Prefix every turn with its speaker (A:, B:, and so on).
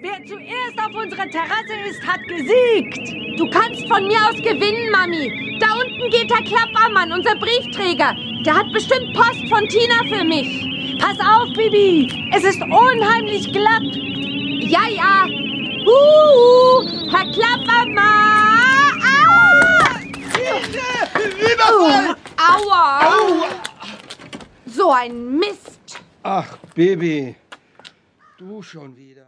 A: Wer zuerst auf unserer Terrasse ist, hat gesiegt.
B: Du kannst von mir aus gewinnen, Mami. Da unten geht Herr Klappermann, unser Briefträger. Der hat bestimmt Post von Tina für mich.
A: Pass auf, Bibi. Es ist unheimlich glatt.
B: Ja, ja. Huhu, Herr Klappermann. Aua.
C: Überfall!
B: Aua. So ein Mist.
C: Ach, Baby, du schon wieder.